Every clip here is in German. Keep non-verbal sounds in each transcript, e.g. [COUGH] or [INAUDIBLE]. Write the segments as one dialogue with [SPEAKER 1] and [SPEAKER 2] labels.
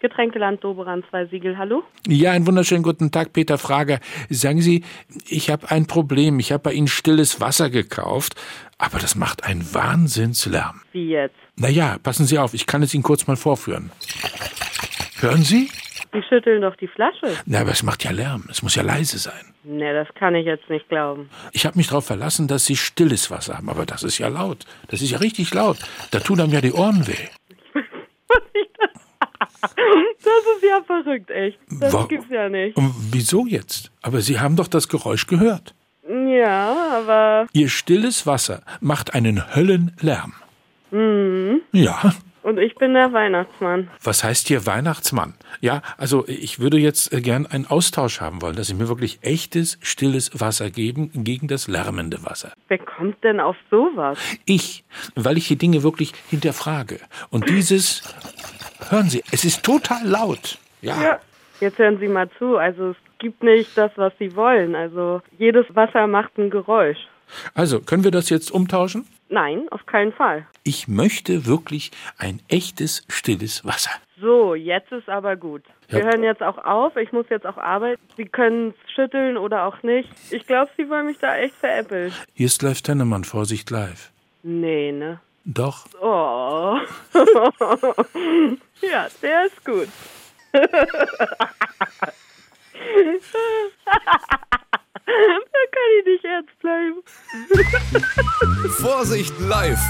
[SPEAKER 1] Getränkeland Doberan 2 Siegel, hallo?
[SPEAKER 2] Ja, einen wunderschönen guten Tag, Peter Frager. Sagen Sie, ich habe ein Problem. Ich habe bei Ihnen stilles Wasser gekauft, aber das macht einen Wahnsinnslärm.
[SPEAKER 1] Wie jetzt?
[SPEAKER 2] Naja, passen Sie auf, ich kann es Ihnen kurz mal vorführen. Hören Sie?
[SPEAKER 1] Sie schütteln doch die Flasche.
[SPEAKER 2] Na, aber es macht ja Lärm. Es muss ja leise sein.
[SPEAKER 1] Ne, das kann ich jetzt nicht glauben. [LAUGHS]
[SPEAKER 2] Ich habe mich darauf verlassen, dass Sie stilles Wasser haben, aber das ist ja laut. Das ist ja richtig laut. Da tun einem ja die Ohren weh.
[SPEAKER 1] Was ich das... das ist ja verrückt, echt. Das
[SPEAKER 2] Wa-
[SPEAKER 1] gibt's ja nicht.
[SPEAKER 2] Und wieso jetzt? Aber Sie haben doch das Geräusch gehört.
[SPEAKER 1] Ja, aber
[SPEAKER 2] Ihr stilles Wasser macht einen Höllenlärm. Mhm. Ja.
[SPEAKER 1] und ich bin der Weihnachtsmann.
[SPEAKER 2] Was heißt hier Weihnachtsmann? Ja, also ich würde jetzt äh, gern einen Austausch haben wollen, dass Sie mir wirklich echtes, stilles Wasser geben gegen das lärmende Wasser.
[SPEAKER 1] Wer kommt denn auf sowas?
[SPEAKER 2] Ich, weil ich die Dinge wirklich hinterfrage. Und dieses, hören Sie, es ist total laut. Ja.
[SPEAKER 1] Ja. Jetzt hören Sie mal zu. Also es gibt nicht das, was Sie wollen. Also jedes Wasser macht ein Geräusch.
[SPEAKER 2] Also, können wir das jetzt umtauschen?
[SPEAKER 1] Nein, auf keinen Fall.
[SPEAKER 2] Ich möchte wirklich ein echtes, stilles Wasser.
[SPEAKER 1] So, jetzt ist aber gut. Wir
[SPEAKER 2] Ja.
[SPEAKER 1] hören jetzt auch auf. Ich muss jetzt auch arbeiten. Sie können es schütteln oder auch nicht. Ich glaube, Sie wollen mich da echt veräppeln.
[SPEAKER 2] Hier ist Live Tennemann, Vorsicht live.
[SPEAKER 1] Nee, ne?
[SPEAKER 2] Doch.
[SPEAKER 1] Oh. [LAUGHS] ja, der ist gut. [LAUGHS] da kann ich nicht ernst bleiben.
[SPEAKER 3] Vorsicht live.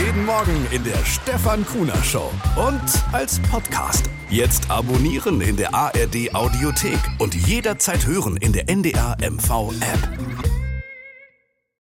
[SPEAKER 3] Jeden Morgen in der Stefan Kuhner Show und als Podcast. Jetzt abonnieren in der ARD Audiothek und jederzeit hören in der NDR MV App.